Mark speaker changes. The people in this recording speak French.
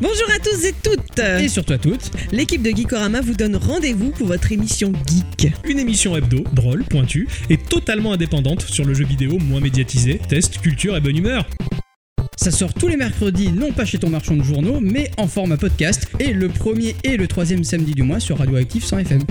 Speaker 1: Bonjour à tous et toutes
Speaker 2: Et surtout à toutes,
Speaker 1: L'équipe de Geekorama vous donne rendez-vous pour votre émission Geek.
Speaker 2: une émission hebdo, drôle, pointue et totalement indépendante sur le jeu vidéo moins médiatisé, test, culture et bonne humeur.
Speaker 3: Ça sort tous les mercredis, non pas chez ton marchand de journaux, mais en format podcast, et le premier et le troisième samedi du mois sur Radioactive 100 FM.